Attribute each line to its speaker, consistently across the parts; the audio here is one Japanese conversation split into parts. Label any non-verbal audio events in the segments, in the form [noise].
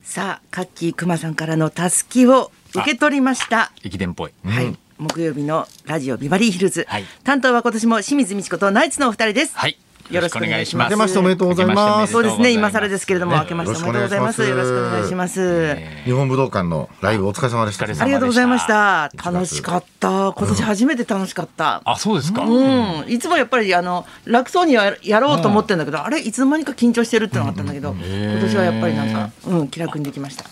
Speaker 1: さあ、カッキークマさんからのたすきを受け取りました。
Speaker 2: 駅伝っぽい。
Speaker 1: はい。木曜日のラジオビバリーヒルズ、
Speaker 2: はい
Speaker 1: 担当は今年も清水美智子とナイツのお二人です。
Speaker 2: はい。
Speaker 1: よろしくお願いしま
Speaker 2: よ
Speaker 1: す。
Speaker 2: ろ
Speaker 3: 明けましておめでとうございま
Speaker 2: 明
Speaker 1: そ
Speaker 3: す
Speaker 1: う
Speaker 2: けま
Speaker 1: で
Speaker 2: しておめでとうございます
Speaker 1: すね。今更ですけれども、
Speaker 2: ね
Speaker 1: 明けましておめでとうございます。よ
Speaker 3: よ
Speaker 1: ろ
Speaker 3: ろ
Speaker 1: し
Speaker 3: し
Speaker 1: く
Speaker 3: く
Speaker 1: お
Speaker 3: お
Speaker 1: 願
Speaker 3: 願
Speaker 1: い
Speaker 3: い
Speaker 1: し
Speaker 3: し
Speaker 1: ま。
Speaker 3: ます日本武道館のライブお疲れ様でした
Speaker 2: お疲れ様でした
Speaker 1: ありがとうございました。
Speaker 3: した
Speaker 1: 楽しかった。今年初めて楽しかった。
Speaker 2: あ、そうですか。
Speaker 1: うん、いつもやっぱりあの楽そうにややろうと思ってるんだけど、あれいつの間にか緊張してるってのがあったんだけど、今年はやっぱりなんか、うん、気楽にできました。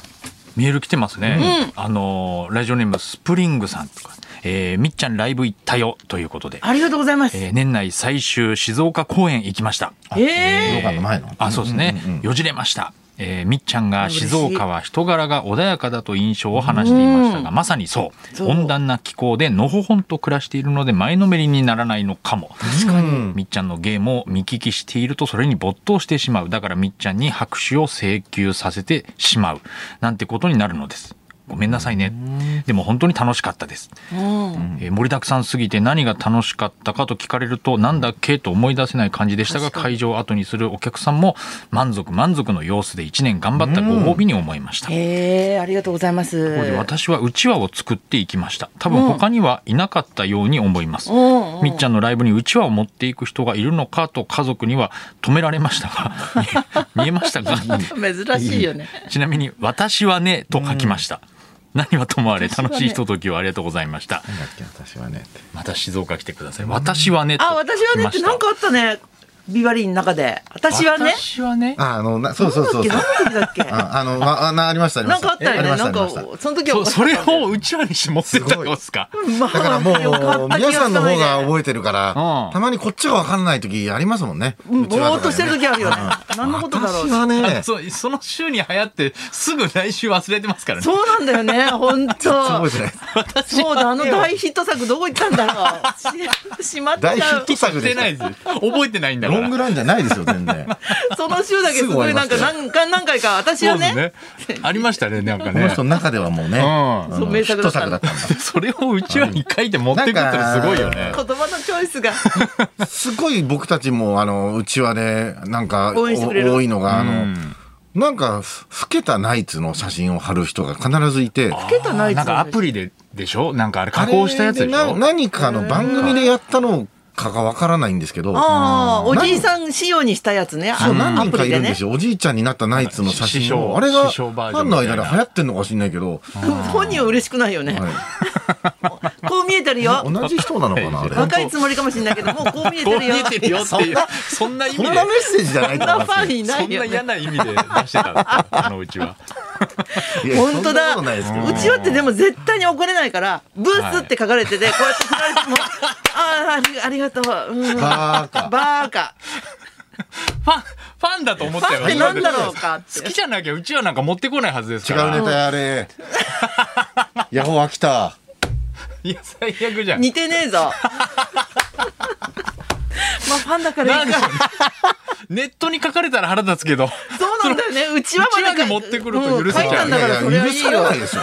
Speaker 2: メール来てますね。あのーラジオネームスプリングさんとか、えーみっちゃんライブ行ったよということで、
Speaker 1: ありがとうございます。
Speaker 2: えー年内最終静岡公演行きました。
Speaker 1: え
Speaker 3: 武道館の前の
Speaker 2: あ、そうですね。よじれました。えーみっちゃんが静岡は人柄が穏やかだと印象を話していましたが、まさにそう
Speaker 1: そう
Speaker 2: 温暖な気候でのほほんと暮らしているので前のめりにならないのかも確かにみっちゃんのゲームを見聞きしているとそれに没頭してしまうだからみっちゃんに拍手を請求させてしまうなんてことになるのですごめんなさいねでも本当に楽しかったです
Speaker 1: えうん、
Speaker 2: えー盛りだくさんすぎて何が楽しかったかと聞かれるとなんだっけと思い出せない感じでしたが
Speaker 1: 確かに
Speaker 2: 会場を後にするお客さんも満足満足の様子で1年頑張ったご褒美に思いました。
Speaker 1: えー、ありがとうございます。
Speaker 2: ここで私はうちわを作っていきました多分他にはいなかったように思います、
Speaker 1: うんうん
Speaker 2: みっちゃんのライブにうちわを持っていく人がいるのかと家族には止められました
Speaker 1: [laughs]
Speaker 2: が見えましたか
Speaker 1: 珍しいよね。
Speaker 2: ちなみに「私はね」と書きました、何はともあれ楽しいひとときをありがとうございました
Speaker 3: なんだっけ私はねって
Speaker 2: また静岡来てください。私はね。
Speaker 1: あ、私はねってなんかあったね。ビバリーの中で。私はね。
Speaker 2: 私はね。
Speaker 3: ああのなそうそうそうそう
Speaker 1: 何の時だっけ
Speaker 3: ああのああなありましたあり
Speaker 1: な
Speaker 3: ま
Speaker 1: ん
Speaker 3: した
Speaker 1: かあったよ
Speaker 3: り
Speaker 1: ね。
Speaker 3: まし
Speaker 1: な
Speaker 3: たあ
Speaker 1: ん
Speaker 3: りま
Speaker 1: か
Speaker 3: した、
Speaker 1: その時
Speaker 2: そ
Speaker 1: は。
Speaker 2: それをうちわにして持ってったのっすか。
Speaker 1: まあ
Speaker 3: だから
Speaker 1: よか
Speaker 3: も
Speaker 1: っ
Speaker 3: う
Speaker 1: た気が
Speaker 3: 皆
Speaker 1: する
Speaker 3: さんの方が覚えてるから
Speaker 2: うん
Speaker 3: たまにこっちが分かんない時ありますもんね
Speaker 1: うん
Speaker 3: う
Speaker 1: ぼ
Speaker 3: ちわ
Speaker 1: ーっ
Speaker 3: か
Speaker 1: と
Speaker 3: ね
Speaker 1: してる時あるよね。何のことだろう
Speaker 3: 私。はね
Speaker 2: そうその週に流行ってすぐ来週忘れてますからね。
Speaker 1: そうなんだよね、本
Speaker 3: 覚
Speaker 1: 当
Speaker 3: え。てない
Speaker 1: そうだ、あの大ヒット作どこ行ったんだろう。ししまっちゃ
Speaker 3: 大ヒッ
Speaker 1: う
Speaker 3: ト。作
Speaker 2: 覚
Speaker 3: で
Speaker 2: えて
Speaker 3: し
Speaker 2: ない
Speaker 3: た
Speaker 2: です。覚えてないんだか
Speaker 3: ロン
Speaker 2: ら。
Speaker 3: グランじゃないですよ
Speaker 1: [laughs]
Speaker 3: 全然
Speaker 1: その週だけすごいなんか
Speaker 3: すぐ終わり
Speaker 1: 何回何回か私はね。
Speaker 2: そうですね。ありましたねなんか
Speaker 3: この
Speaker 2: ね。
Speaker 3: 人の中ではもうね
Speaker 2: ん
Speaker 3: あ
Speaker 1: そ
Speaker 3: の
Speaker 1: う名
Speaker 3: ヒ
Speaker 1: 作
Speaker 3: ッ
Speaker 1: だ
Speaker 3: ト
Speaker 1: った
Speaker 3: 作
Speaker 1: んだ
Speaker 3: だったんだ
Speaker 2: それをうちわに書いて持ってくってのすごいよね
Speaker 3: なん。
Speaker 1: 言葉のチョイスが。
Speaker 3: すごい僕たちもあのうちわでなんか
Speaker 1: 応援してくれる
Speaker 3: お多いのがあ
Speaker 2: う
Speaker 3: の
Speaker 2: ん
Speaker 3: なんかふ老けたナイツの写真を貼る人が必ずいて
Speaker 1: けたナイツ
Speaker 2: なんかアプリででしょ。なんかあれ加工したやつでし
Speaker 3: あれ
Speaker 2: ょ
Speaker 3: な。何かの番組でやったのかがわからないんですけど
Speaker 1: ああ、おじいさん仕様にしたやつね。
Speaker 3: そう
Speaker 1: あ
Speaker 3: 何
Speaker 1: のア
Speaker 3: 人
Speaker 1: プ
Speaker 3: か
Speaker 1: リ
Speaker 3: い
Speaker 1: で
Speaker 3: るんで
Speaker 1: ね
Speaker 3: す。よ、おじいちゃんになったナイツの写
Speaker 2: 師
Speaker 3: 真
Speaker 2: 匠
Speaker 3: をあれが
Speaker 2: 師
Speaker 3: フ
Speaker 2: 匠バージ
Speaker 3: ァ
Speaker 2: ョンみ
Speaker 3: ンの
Speaker 2: たいな
Speaker 3: 間で流行ってんのか知んないけど、
Speaker 1: [laughs] 本人は嬉しくないよね。
Speaker 3: は
Speaker 1: こう見えてるよ
Speaker 3: い。同じ人なのかなあれ
Speaker 1: 若いつもりかもしれないけど、もうこう見え
Speaker 2: こ
Speaker 1: て
Speaker 2: う
Speaker 1: る
Speaker 2: 見
Speaker 1: よ。
Speaker 2: えてるよっていうそんな意味
Speaker 3: そん
Speaker 2: で。
Speaker 3: なメッセージじゃないと
Speaker 1: そん
Speaker 3: 思
Speaker 1: な
Speaker 3: いま
Speaker 1: フ
Speaker 3: す
Speaker 1: ァンい
Speaker 3: よ
Speaker 1: な
Speaker 2: そん
Speaker 1: い
Speaker 2: な
Speaker 1: よね
Speaker 2: 嫌。な意味で出してたんですよあのうちは。
Speaker 3: いや
Speaker 1: 本当だ
Speaker 3: そんなことないですけど
Speaker 1: うちはってでも絶対に怒れないから、ブースって書かれてて、こうやって振られ
Speaker 2: [laughs]
Speaker 1: ても、ああ、ありありがとう。うん、
Speaker 3: バーカ
Speaker 1: バーカ。
Speaker 2: ファン、ファンだと思ったよ。
Speaker 1: え、なんだろうかっ
Speaker 2: 好き
Speaker 1: て。
Speaker 2: じゃなきゃうちはなんか持ってこないはずです
Speaker 3: 違
Speaker 2: から。
Speaker 3: うネタ
Speaker 2: [laughs]
Speaker 3: やれヤホー飽きた
Speaker 2: いや、最悪じゃん。
Speaker 1: 似てねえ
Speaker 2: [laughs]
Speaker 1: ぞ。まあ、ファンだから
Speaker 2: ないん
Speaker 1: い
Speaker 2: でしょ
Speaker 1: か。
Speaker 2: うねネットに書かれたら腹立つけど。 [laughs]
Speaker 1: そうなんだよね。うちはまだ
Speaker 2: うちわに持ってくると許せちゃう
Speaker 1: 書いたんだから、そ
Speaker 3: い
Speaker 1: れ
Speaker 3: や
Speaker 1: はいいい
Speaker 3: や許され
Speaker 1: よ
Speaker 3: ない。ですよ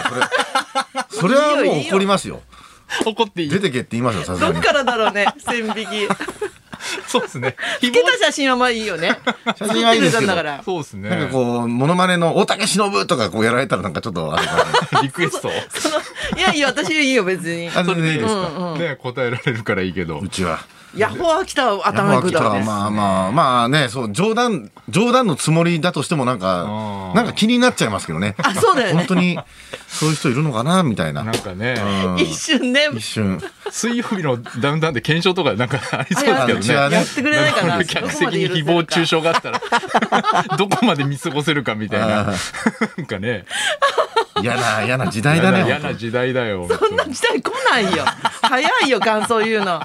Speaker 3: それそれはもう怒りますよ
Speaker 2: 怒っていい
Speaker 3: 出。てけって言いますよさ
Speaker 1: [laughs]
Speaker 3: す
Speaker 1: ど
Speaker 3: が
Speaker 1: っ
Speaker 3: に
Speaker 1: からだろうね、線
Speaker 3: [laughs]
Speaker 1: 引き。つ
Speaker 2: そうです
Speaker 1: [laughs]
Speaker 2: ね。ひ
Speaker 1: けた写真はまあいいよね。
Speaker 3: 写真はいいですけ
Speaker 1: 作ってくれたん
Speaker 3: ど
Speaker 1: だ
Speaker 3: [laughs]
Speaker 1: から。
Speaker 2: そうですね。
Speaker 3: なんかこうモノマネの大竹しのぶとかこうやられたらなんかちょっとあれか
Speaker 2: リクエスト。
Speaker 1: そのいやいや、私いいよ、別に。
Speaker 3: なあ全然いいですか
Speaker 2: ね、答えられるからいいけど
Speaker 3: う。ちは
Speaker 1: ヤホー飽きたら頭いくだろうね。
Speaker 3: まあまあまあね、そう冗談冗談のつもりだとしてもなん
Speaker 2: う
Speaker 3: か
Speaker 2: ん
Speaker 3: なんか気になっちゃいますけどね。
Speaker 1: あそうだよね
Speaker 3: 本当にそういう人いるのかなみたいな。
Speaker 2: なんかね、
Speaker 3: うん
Speaker 1: 一瞬ね、
Speaker 3: 一瞬
Speaker 2: 水曜日のダウンタウンで検証とかなんかありそう
Speaker 1: あ
Speaker 2: で
Speaker 3: う
Speaker 2: すけ
Speaker 3: ち
Speaker 2: ど
Speaker 3: は
Speaker 2: ね。
Speaker 3: ね
Speaker 1: やってくれないかな。ど
Speaker 2: 客
Speaker 1: こま
Speaker 2: 席
Speaker 1: で
Speaker 2: に
Speaker 1: 許せ
Speaker 2: 誹
Speaker 1: るか
Speaker 2: 謗中傷があったら、 [laughs] どこまで見過ごせるかみたいな
Speaker 3: あ。
Speaker 2: なんかね、
Speaker 3: 嫌な嫌な時代だね。
Speaker 2: 嫌な時代だよ。
Speaker 1: そんな時代来ないよ。早いよ、感想言うの。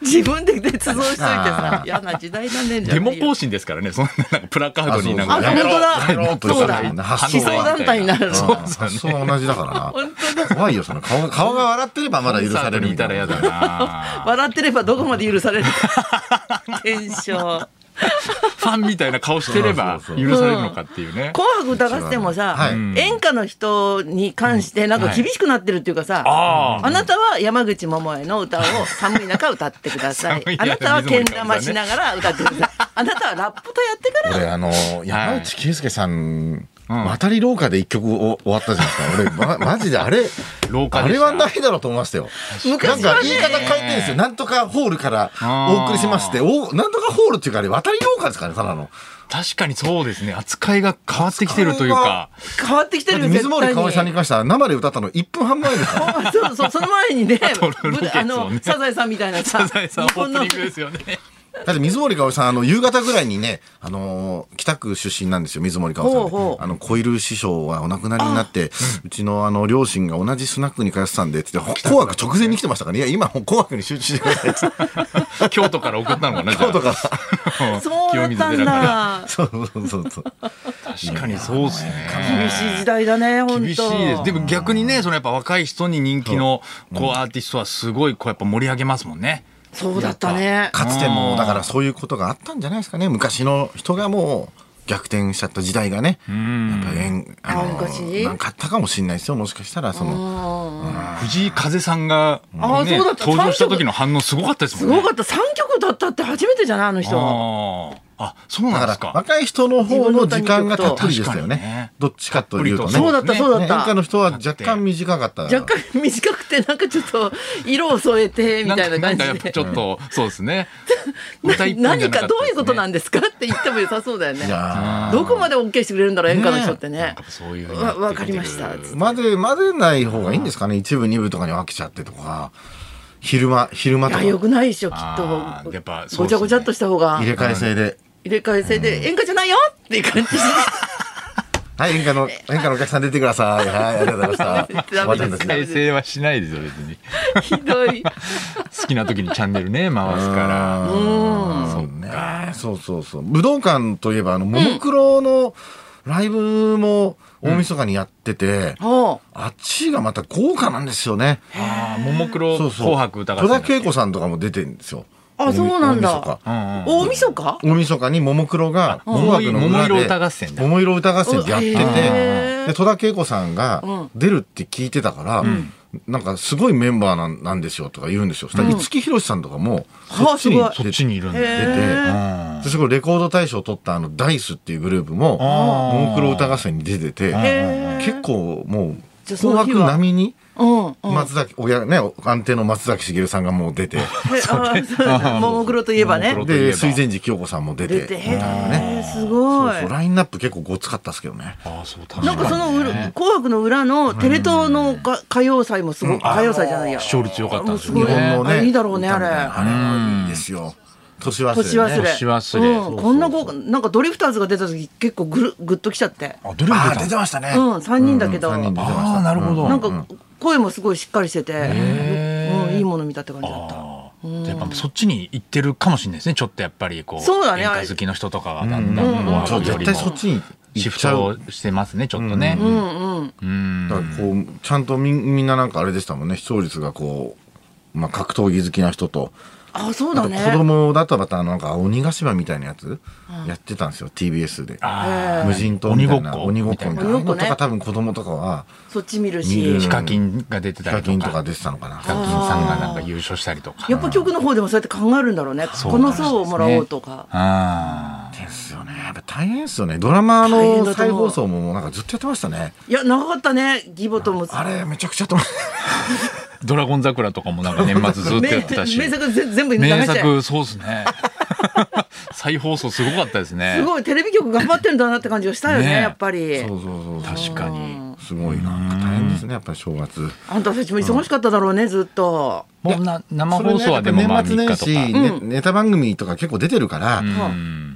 Speaker 1: 自分で絶望しといてさ
Speaker 3: あ、ー
Speaker 1: 嫌な時代だねんじゃ
Speaker 2: デモ
Speaker 1: ねえよ
Speaker 2: 行進ですからね、そんななんかプラカードになん
Speaker 1: あ、
Speaker 2: か
Speaker 1: 本
Speaker 2: やめろ
Speaker 1: 当だ。
Speaker 3: やめろと
Speaker 1: そうだ。
Speaker 3: やめろ
Speaker 1: 思
Speaker 3: 発
Speaker 2: 想
Speaker 1: 想団体になる
Speaker 3: 本
Speaker 1: の。
Speaker 3: 当にうん発想は同じだから
Speaker 1: 本当だ。
Speaker 3: な。怖いよその顔 [laughs] が顔が笑ってればまだ許されるみたいな。
Speaker 2: コンサートにいたらやだな。
Speaker 1: 笑ってればどこまで許されるか。検証。
Speaker 2: ファンみたいな顔して
Speaker 1: [laughs]
Speaker 2: れば
Speaker 3: そうそう
Speaker 2: 許されるのかっていうね。
Speaker 1: 紅白歌合戦もさ、
Speaker 3: はい
Speaker 1: 演歌の人に関してなんか厳しくなってるっていうかさ、
Speaker 2: あ
Speaker 1: あなたは山口百恵の歌を寒い中歌ってください
Speaker 2: 寒い。中
Speaker 1: あなたはけん玉
Speaker 3: [laughs]
Speaker 1: しながら歌ってください。あなたはラップとやってから
Speaker 3: 俺あの山内圭介さん渡り廊下で一曲お終わったじゃないですか。俺、ま、マジであれ、
Speaker 2: 廊下
Speaker 3: あ
Speaker 2: で
Speaker 3: れ
Speaker 2: した
Speaker 3: はないだろうと思いましたよ。なん
Speaker 1: 昔
Speaker 3: か
Speaker 1: は
Speaker 3: 言い
Speaker 1: ね
Speaker 3: 方変えてるんですよ。なんとかホールからお送りしますって、おなんとかホールっていうかあれ、渡り廊下ですからね、ただの。
Speaker 2: 確かにそうですね扱いが変わってきてるというか
Speaker 1: 変わってきて
Speaker 3: だっ
Speaker 1: るよ
Speaker 3: て水森かおりさんに
Speaker 1: 絶
Speaker 3: 関しては生で歌ったの1分半前ですからね。
Speaker 1: 対にそうそうその前にね
Speaker 2: トロロケッツをね
Speaker 1: あのサザエさんみたいなさ
Speaker 2: サザエさんオ
Speaker 1: 日本
Speaker 2: ープ
Speaker 1: の
Speaker 2: ニングですよね
Speaker 3: だって水森かおりさん、あの、夕方ぐらいにね、あのー北区出身なんですよ、水森かおりさんって。
Speaker 1: ほうほう
Speaker 3: あの、小ル師匠はお亡くなりになって、うちのあの、両親が同じスナックに通ってたんで、つって、紅白直前に来てましたから、いや、今もう紅白に集中してくださいっつって。
Speaker 2: 京都から送ったのかな
Speaker 3: 今日と
Speaker 2: じゃ
Speaker 3: か。
Speaker 2: あ
Speaker 1: そうだった
Speaker 2: 清水寺
Speaker 1: ん
Speaker 2: から
Speaker 1: だ
Speaker 3: [laughs] そうそうそうそう。
Speaker 2: 確かにそうですね
Speaker 1: 厳しい時代だね本当
Speaker 2: 厳しいですでも逆にねそのやっぱ若い人に人気のこうアーティストはすごいこうやっぱ盛り上げますもんね
Speaker 1: そうだったね
Speaker 3: かつても
Speaker 2: うん
Speaker 3: だからそういうことがあったんじゃないですかね昔の人がもう逆転しちゃった時代がねやっぱり縁あ
Speaker 1: あ昔
Speaker 3: のなんかあったかもしれないですよもしかしたらその
Speaker 1: うん
Speaker 2: 藤井風さんが、
Speaker 1: あー
Speaker 2: ね
Speaker 1: そうだった
Speaker 2: 登場した時の反応すごかったですすも
Speaker 1: ご
Speaker 2: んね
Speaker 1: かった三曲歌ったって初めてじゃないあの人
Speaker 2: あーあそう
Speaker 3: だ
Speaker 2: なんです
Speaker 3: から
Speaker 2: か
Speaker 3: 若い人の方の時間がたっぷりでした
Speaker 2: 確
Speaker 3: よ
Speaker 2: かにね
Speaker 3: ねどっちかというとね
Speaker 1: そうだったそうだっ
Speaker 3: ね演
Speaker 1: た
Speaker 3: 歌の人は若干短かった
Speaker 1: 若干短くてなんかちょっと色を添えてみ
Speaker 2: な
Speaker 1: た
Speaker 2: んか
Speaker 1: いな感
Speaker 2: なんかやっ
Speaker 1: じ
Speaker 2: ぱ
Speaker 1: で
Speaker 2: ちょ
Speaker 1: [laughs]
Speaker 2: っと、そうですね歌一本じゃ
Speaker 1: 何
Speaker 2: なか
Speaker 1: か
Speaker 2: ったですね
Speaker 1: どういうことなんですかって言っても良さそうだよね
Speaker 3: いや
Speaker 1: どこまで OK してくれるんだろう演歌の人って
Speaker 2: なん
Speaker 1: ね
Speaker 2: かそういうふうになっ
Speaker 1: わ
Speaker 2: てきてる
Speaker 1: わかりま
Speaker 2: [laughs]
Speaker 1: した
Speaker 3: ーまでまでない方がいいんですかね一部二部とかに分けちゃってとか昼間昼間
Speaker 1: い
Speaker 3: とか
Speaker 1: やよくないでしょきっ
Speaker 2: あーやっぱ
Speaker 1: と
Speaker 2: そう
Speaker 1: ご
Speaker 2: ですね
Speaker 1: ちゃごちゃっとした方が
Speaker 3: 入れ替え制で
Speaker 1: 入れ替え制で演歌じゃないよっていう感じで
Speaker 2: [laughs]
Speaker 3: はい演歌の演歌のお客さん出てくださいはいありがとう
Speaker 1: [laughs]
Speaker 3: ございましたおばあちゃんですね
Speaker 2: 再生はしないですよ別に
Speaker 1: ひどい
Speaker 2: 好きな時にチャンネルね回すから
Speaker 3: うんねそうそうそう武道館といえばあのももクロのライブも大晦日にやってて、
Speaker 1: ほう
Speaker 3: あっちがまた豪華なんですよね
Speaker 2: ああももクロ
Speaker 3: そうそう
Speaker 2: 紅白歌合
Speaker 3: 戸
Speaker 2: 戦だっ
Speaker 3: 田
Speaker 2: け
Speaker 3: 恵子さんとかも出てるんですよ
Speaker 1: あそうなんだ
Speaker 2: うんうん
Speaker 1: 大晦日
Speaker 3: 大晦日にももクロが
Speaker 2: うん
Speaker 3: 紅白の裏
Speaker 2: 桃色
Speaker 3: で
Speaker 2: 歌合戦だ
Speaker 3: 桃色歌合戦でやって
Speaker 1: うん
Speaker 3: て
Speaker 1: へー
Speaker 3: で戸田恵子さ
Speaker 1: う
Speaker 3: ん
Speaker 1: ん
Speaker 3: が出るって聞いてたから、なんかすごいメンバーなんなんですよとか言うんですよ。そしたら五木ひろしさんとかも
Speaker 1: はあ
Speaker 3: そっちに
Speaker 1: すごい
Speaker 2: そっちにいるんだ
Speaker 1: へ
Speaker 2: よ
Speaker 1: ー
Speaker 3: 出て、
Speaker 2: うん
Speaker 3: そしてこれレコード大賞を取ったあのダイスっていうグループも、
Speaker 2: あー
Speaker 3: ももクロ歌合戦に出てて、
Speaker 1: へー
Speaker 3: 結構もう、
Speaker 1: じゃあそ
Speaker 3: 紅
Speaker 1: の日
Speaker 3: 白
Speaker 1: は
Speaker 3: 並みに、
Speaker 1: うんうん
Speaker 3: 松崎、親ね、安定の松崎しげるさんがもう出て、
Speaker 1: えあー
Speaker 2: [laughs]
Speaker 1: そうももクロといえばね
Speaker 2: ももクロといえ
Speaker 3: で、
Speaker 2: ば
Speaker 3: 水前寺清子さんも出て、
Speaker 1: 出て
Speaker 3: みたいな
Speaker 1: へー
Speaker 3: ね。
Speaker 1: すごい
Speaker 3: そうそうラインナップ結構ごつかったですけどね。
Speaker 2: ああそう確かに
Speaker 1: なんかその裏紅白の裏のテレ東のが歌謡祭もすごい歌謡祭じゃないや
Speaker 2: 視聴率良かったんですよ
Speaker 1: も
Speaker 3: 日
Speaker 1: うすごい
Speaker 2: ね
Speaker 3: 本の
Speaker 1: あ
Speaker 3: ね。
Speaker 1: いいだろうね
Speaker 3: 歌みたいな
Speaker 1: あ
Speaker 3: あれはいいですよ。年忘れ、ね。
Speaker 1: 年忘れ
Speaker 2: 年忘れ
Speaker 1: うん、こんな豪華なんかドリフターズが出た時結構ぐるグッときちゃって
Speaker 2: あどれ
Speaker 3: あ
Speaker 2: が
Speaker 3: ー出
Speaker 2: 出
Speaker 3: て
Speaker 2: た
Speaker 3: ましたね。
Speaker 1: うん3人だけど、
Speaker 3: 三人出てました
Speaker 2: ああなるほど
Speaker 1: なんか声もすごいしっかりしてて、
Speaker 2: へー
Speaker 1: うん、いいもの見たって感じだった
Speaker 2: あーじゃあやっぱそっちに行ってるかもしれないですねちょっとやっぱりこう
Speaker 1: そうだね
Speaker 2: 演歌好きの人とかはだ
Speaker 3: うん
Speaker 2: だん
Speaker 3: うん
Speaker 2: 紅
Speaker 3: そう
Speaker 2: 白よ
Speaker 3: 絶
Speaker 2: り
Speaker 3: 対そ
Speaker 2: も
Speaker 3: っちに
Speaker 2: シ
Speaker 3: 行っ
Speaker 2: フ
Speaker 3: ちゃ
Speaker 2: ト
Speaker 3: う
Speaker 2: をしてますねちょっとね
Speaker 1: う
Speaker 2: うん
Speaker 1: うん
Speaker 2: ん
Speaker 3: だからこうちゃんとみんみんななんかあれでしたもんね視聴率がこう、まあ、格闘技好きな人と
Speaker 1: あそう
Speaker 3: あ
Speaker 1: だ
Speaker 3: と子
Speaker 1: ね
Speaker 3: 供だとまたなんか鬼ヶ島みたいなやつやってたんですよ TBS で
Speaker 2: あー
Speaker 3: 無人島みたいな
Speaker 2: 鬼
Speaker 3: 鬼
Speaker 2: ご
Speaker 3: ご
Speaker 2: っこみた
Speaker 3: っこみた
Speaker 2: い
Speaker 3: い
Speaker 2: な
Speaker 3: な
Speaker 1: 鬼ごっこ
Speaker 3: の
Speaker 1: ね
Speaker 3: とか多分子供とかは
Speaker 1: そっち見る
Speaker 3: 見
Speaker 1: し
Speaker 3: る
Speaker 2: ヒカキンが出て
Speaker 3: ヒ
Speaker 2: た
Speaker 3: カ
Speaker 2: り
Speaker 3: キン
Speaker 2: と
Speaker 3: と
Speaker 2: か
Speaker 3: か出てたのかな
Speaker 2: ヒカキンさんがなんか優勝したりとか
Speaker 1: やっぱ曲の方でもそうやって考えるんだろうね
Speaker 2: そう
Speaker 1: この層をもらおうとか、
Speaker 2: あー
Speaker 3: ですよねやっぱ大変ですよねドラマ
Speaker 1: 大変だと思
Speaker 3: の
Speaker 1: う
Speaker 3: 再放送ももうなんかずっとやってましたね
Speaker 1: いや長かったね義母とも
Speaker 3: あれめちゃくちゃやってまし
Speaker 2: ドラゴン桜とかもなんか年末ずっとやってた
Speaker 1: [laughs]
Speaker 2: し
Speaker 1: 名名作ぜ全部流
Speaker 2: 名
Speaker 1: して
Speaker 2: 作そうですね [laughs] 再放送すごかったですね
Speaker 1: すごいテレビ局頑張ってるんだなって感じがしたよね
Speaker 2: ね
Speaker 1: やっぱり
Speaker 3: たそうそうそうそ
Speaker 2: 確
Speaker 3: う
Speaker 2: かに
Speaker 3: すごいなんか大変ですねやっぱり正月
Speaker 1: あんたたちも忙しかっただろうねずっと
Speaker 2: もうな生放送はでもまあ
Speaker 3: それね
Speaker 2: 3
Speaker 3: やっ
Speaker 2: 日
Speaker 3: ぱ
Speaker 2: と
Speaker 3: 年末
Speaker 2: か。
Speaker 3: 年始ねネタ番組とか結構出てるから、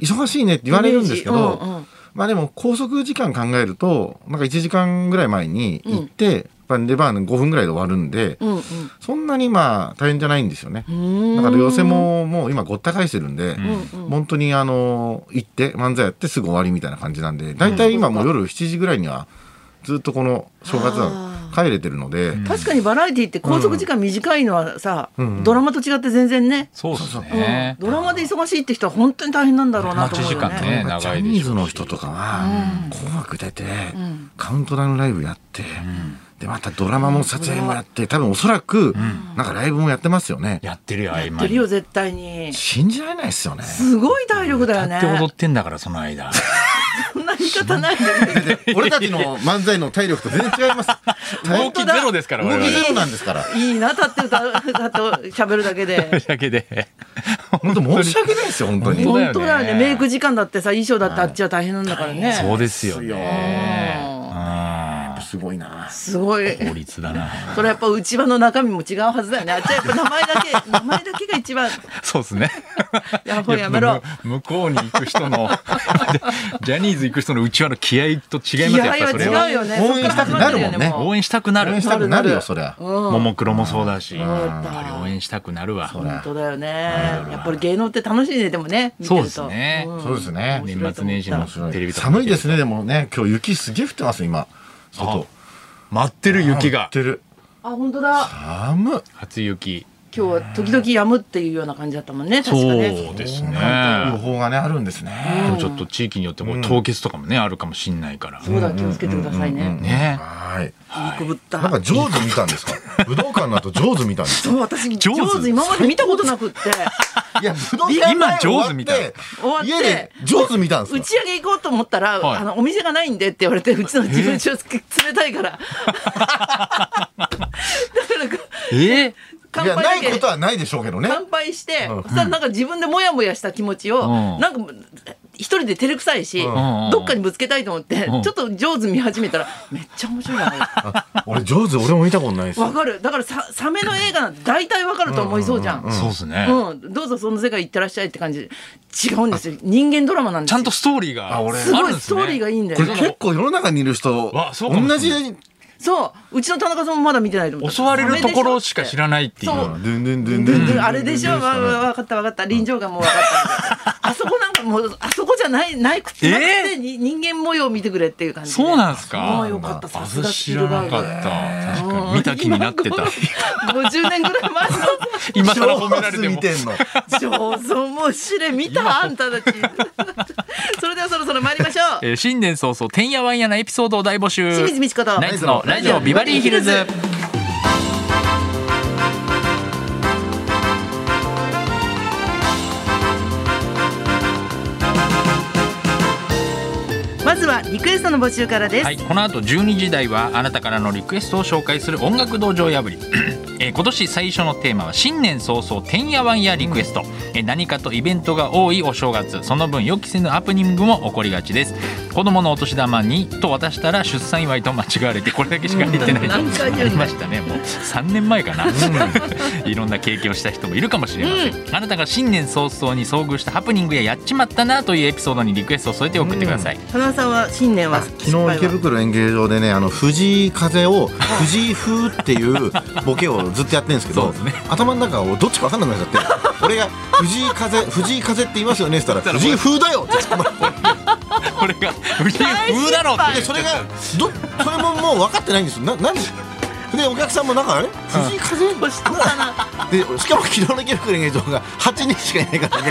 Speaker 3: 忙しいねって言われるんですけど、
Speaker 1: イメージうんうん
Speaker 3: まあでも拘束時間考えるとなんか1時間ぐらい前に行って、まあ出番5分ぐらいで終わるんで、
Speaker 1: うんうん
Speaker 3: そんなにまあ大変じゃないんですよね。
Speaker 1: ーん
Speaker 3: だから寄せももう今ごった返してるんで、
Speaker 1: んうん
Speaker 3: 本当にあの行って漫才やってすぐ終わりみたいな感じなんで大体今もう夜7時ぐらいにはずっとこの正月は帰れてるので。
Speaker 1: 確かにバラエティって拘束時間短いのはさ、
Speaker 3: ん
Speaker 1: ドラマと違って全然ね、
Speaker 2: そうです
Speaker 1: うん
Speaker 2: ね。
Speaker 1: ドラマで忙しいって人は本当に大変なんだろうなと思うよ
Speaker 2: 待ち時間
Speaker 1: ね
Speaker 2: ね
Speaker 3: なんか
Speaker 2: 長
Speaker 3: ジ
Speaker 2: いでしょうし
Speaker 3: ャニーズの人とかは「紅白」出て、カウントダウンライブやって、でまたドラマも撮影もやって多分おそらく、なんかライブもやってますよね
Speaker 2: やってるよ、合
Speaker 1: やっ
Speaker 2: 間
Speaker 1: てる
Speaker 2: に。
Speaker 1: よ絶対に
Speaker 3: 信じられないですよね
Speaker 1: すごい体力だよね
Speaker 2: って踊ってんだから、その間。
Speaker 1: そんな言い方ない
Speaker 3: だって俺たちの漫才の体力と全然違います。
Speaker 2: 動きゼロですから、
Speaker 3: 動
Speaker 2: 我
Speaker 3: きゼ
Speaker 2: 々。
Speaker 3: ロなんですから。
Speaker 1: いいな立って
Speaker 3: [laughs]
Speaker 1: 歌う歌って喋るだけで
Speaker 2: だけで。
Speaker 3: 本当申し訳ないですよ、本当に。
Speaker 2: 本
Speaker 1: 本当
Speaker 2: 当
Speaker 1: だ
Speaker 2: だ
Speaker 1: よ
Speaker 2: よ
Speaker 1: ね
Speaker 2: ね
Speaker 1: メイク時間だってさ衣装だってあっちは大変なんだからね
Speaker 2: そうですよね。うん
Speaker 3: すごいな。
Speaker 1: すごい
Speaker 2: 法律だ
Speaker 1: [laughs]
Speaker 2: な。
Speaker 1: それやっぱ内輪の中身も違うはずだよねあっちはやっぱ名前だけ名前だけが一番
Speaker 2: そうですね。
Speaker 1: やもうやめろ
Speaker 2: む向こうに行く人の、 [laughs] ジャニーズ行く人のうちわの気合と違いますよ、やっぱそれ
Speaker 1: 気合は
Speaker 2: は。
Speaker 1: 違うよね
Speaker 3: 応援したくなるもんね
Speaker 1: そっから始まってよ
Speaker 2: 応援したくな
Speaker 3: 応
Speaker 2: る
Speaker 3: 援。したくなるよ、そりゃ。
Speaker 2: ももクロもそうだし、
Speaker 1: ん
Speaker 2: やっぱり応援したくなるわ。
Speaker 1: 本当だよねやっぱり芸能って楽しいねでもね見て
Speaker 2: そう
Speaker 1: る
Speaker 2: で
Speaker 1: と
Speaker 2: すね
Speaker 1: ん
Speaker 3: そうですね。
Speaker 2: 年末年始
Speaker 1: 面
Speaker 2: のテレビとか
Speaker 3: 寒いですね、でもね、今日雪すげえ降ってます、今。外。
Speaker 2: 待ってる雪
Speaker 3: 降っ
Speaker 2: が。
Speaker 3: てる。
Speaker 1: あ本当だ
Speaker 3: 寒い。
Speaker 2: 初雪。
Speaker 1: 今日は時々止むっていうような感じだったもんね確か
Speaker 2: そう
Speaker 1: ね
Speaker 2: です
Speaker 3: そう
Speaker 2: ね。
Speaker 3: なると予報がね、あるんです
Speaker 2: で
Speaker 3: ね。
Speaker 2: もちょっと地域によってもう凍結とかもね、あるかもしんないから。
Speaker 1: そうだ気をつけてくださいね、
Speaker 2: ね。
Speaker 3: はい。
Speaker 1: いい子ぶった
Speaker 3: なんかジョーズ見たんです [laughs] か武道館の後ジョーズ見たんですか
Speaker 1: そう私上
Speaker 2: 上手
Speaker 1: 手今まで見たことなくって
Speaker 3: いや、武道
Speaker 2: 今
Speaker 3: 館前終わっ
Speaker 2: ジョー
Speaker 3: て
Speaker 2: ズ見た
Speaker 1: 終わって
Speaker 3: 家でジョーズ見たんです
Speaker 1: 打
Speaker 3: か
Speaker 1: ち上げ行こうと思ったら、
Speaker 2: はい
Speaker 1: あのお店がないんでって言われてうちの事務所冷たいから
Speaker 3: [laughs]
Speaker 2: え
Speaker 1: 乾
Speaker 3: いや、
Speaker 1: 杯
Speaker 3: な
Speaker 1: だ
Speaker 3: い
Speaker 1: け
Speaker 3: ことはないでしょうけどね。
Speaker 1: 乾杯して、
Speaker 3: うん
Speaker 1: そしたらなんか自分でモヤモヤした気持ちを、
Speaker 2: うん
Speaker 1: なんか一人で照れくさいし、
Speaker 3: うん
Speaker 1: どっかにぶつけたいと思って、
Speaker 2: うん
Speaker 1: ちょっと上手見始めたらめっちゃ面白いなこれ
Speaker 3: あ俺、ジョーズ俺も見たことないです。
Speaker 1: わかるだからさサメの映画なんて大体わかると思いそうじゃん、うん
Speaker 2: そうですね。
Speaker 1: どうぞその世界行ってらっしゃいって感じ違うんですよ人間ドラマなんです
Speaker 2: ちゃ
Speaker 1: よ
Speaker 2: んとストーリーがあ
Speaker 3: あ
Speaker 2: るん
Speaker 3: 俺
Speaker 2: ですすね。
Speaker 1: ごいストーリーがいいんだ
Speaker 3: こ
Speaker 1: よ
Speaker 3: れ結構世の中にいる人、
Speaker 2: わそうかも
Speaker 3: 同
Speaker 2: し
Speaker 3: じ
Speaker 2: れな、
Speaker 1: そううちの田中さんもまだ見てないと思う
Speaker 2: 襲われるところしか知らないっていう。
Speaker 1: そう
Speaker 3: でんでんでんで
Speaker 1: 全
Speaker 3: んで
Speaker 1: 然
Speaker 3: ん。
Speaker 1: あれでしょ、わわわかったわかった臨場感もわかったあそこなんかもうあそこじゃないないくて
Speaker 2: えー
Speaker 1: なくてに人間模様を見てくれっていう感じで
Speaker 2: そうなんですか
Speaker 1: もうよかったさ
Speaker 2: あ
Speaker 1: す
Speaker 2: そ
Speaker 1: が
Speaker 2: れ知らなかった。確かに見た気になってた。
Speaker 1: 50年ぐらい前
Speaker 2: 今
Speaker 3: ジ
Speaker 2: 更
Speaker 3: ョ
Speaker 2: 褒めら
Speaker 3: ー
Speaker 2: れ
Speaker 3: ズ
Speaker 2: て
Speaker 3: 見
Speaker 2: も。
Speaker 3: てんの。
Speaker 1: の上手面白い見たあんたた
Speaker 2: [laughs]
Speaker 1: ちそれではそろそろ参りましょう
Speaker 2: えー新年早々、てんやわんやなエピソードを大募集。
Speaker 1: 清水美智子と
Speaker 2: ナイツのラジオビバリーヒルズ。
Speaker 1: まずはリクエストの募集からです、
Speaker 2: はい、この後12時台はあなたからのリクエストを紹介する音楽道場破り、 [clears throat] えー今年最初のテーマは新年早々てんやわんやリクエスト、えー何かとイベントが多いお正月その分予期せぬハプニングも起こりがちです子供のお年玉にと渡したら出産祝いと間違われてこれだけしか入ってないと
Speaker 1: うん何回言う
Speaker 2: あ
Speaker 1: んだ
Speaker 2: りましたねもう3年前かないろん [laughs] な経験をした人もいるかもしれません、あなたが新年早々に遭遇したハプニングややっちまったなというエピソードにリクエストを添えて送ってください、
Speaker 1: 田中さんは新年は失敗
Speaker 3: 昨
Speaker 1: は
Speaker 3: 日池袋演芸場でねあの藤井風を藤井風っていうボケをずっとやってるんですけど
Speaker 2: そうですね
Speaker 3: 頭の中をどっちか分かんなくなっちゃって俺が「藤井風藤井風って言いますよね」って言ったら「藤井風だよ」って言ってもらって
Speaker 2: これが藤井風だろって
Speaker 3: でそれがどそれももう分かってないんですよななんででお客さんもなんかあれ藤井風
Speaker 1: どうしたかな
Speaker 3: でしかも昨日の池袋演芸場が8人しかいないからね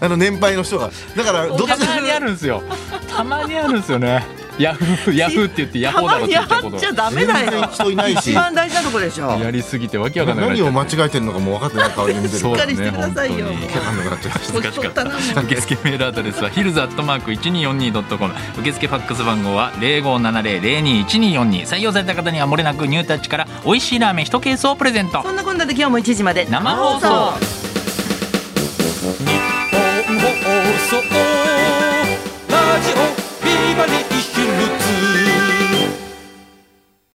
Speaker 3: あの年配の人がだからどっち
Speaker 2: たまにあるんですよ。たまにあるんですよね。ヤフー、ヤフーって言ってヤホーだろって言った
Speaker 1: た
Speaker 2: こ
Speaker 1: まにやっちゃ
Speaker 2: と。
Speaker 1: ダメだ
Speaker 3: 全然
Speaker 1: よ
Speaker 3: 人いないし
Speaker 1: 一番大事なとこでしょ
Speaker 2: やりすぎてわけわかんなくなっ
Speaker 3: 何
Speaker 2: ちゃ
Speaker 3: を
Speaker 2: う。
Speaker 3: 間違えてるのかもう分かってない顔で見てる
Speaker 2: そうだね
Speaker 1: しっかりしてくださいよ
Speaker 2: 本当に
Speaker 3: わかんなくなっちゃいました
Speaker 2: 難しかった
Speaker 1: もう
Speaker 2: 受付メールアドレスはヒルズアットマーク 1242.com 受付ファックス番号は0570-021242採用された方にはもれなくニュータッチから美味しいラーメン1ケースをプレゼント
Speaker 1: そんなこんなで今日も1時まで
Speaker 2: 生放送
Speaker 4: 日本放送ラジオビバリー